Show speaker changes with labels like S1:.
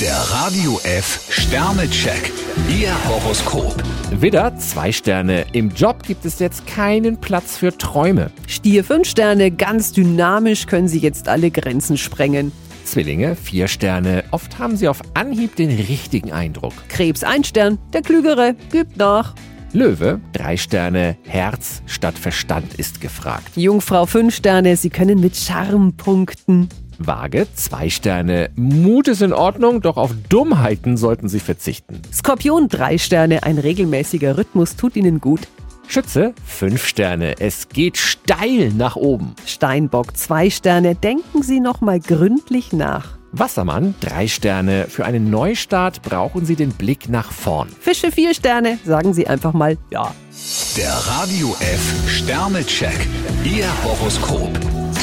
S1: Der Radio F Sternecheck. Ihr Horoskop.
S2: Widder, zwei Sterne. Im Job gibt es jetzt keinen Platz für Träume.
S3: Stier 5 Sterne, ganz dynamisch können Sie jetzt alle Grenzen sprengen.
S2: Zwillinge, vier Sterne. Oft haben sie auf Anhieb den richtigen Eindruck.
S3: Krebs 1 Stern, der Klügere gibt nach.
S2: Löwe, drei Sterne. Herz statt Verstand ist gefragt.
S3: Jungfrau 5 Sterne, Sie können mit Charme punkten.
S2: Waage, zwei Sterne. Mut ist in Ordnung, doch auf Dummheiten sollten sie verzichten.
S3: Skorpion 3 Sterne, ein regelmäßiger Rhythmus tut Ihnen gut.
S2: Schütze, fünf Sterne. Es geht steil nach oben.
S3: Steinbock 2 Sterne, denken Sie nochmal gründlich nach.
S2: Wassermann, drei Sterne. Für einen Neustart brauchen sie den Blick nach vorn.
S3: Fische 4 Sterne, sagen Sie einfach mal Ja.
S1: Der Radio F Sternecheck. Ihr Horoskop.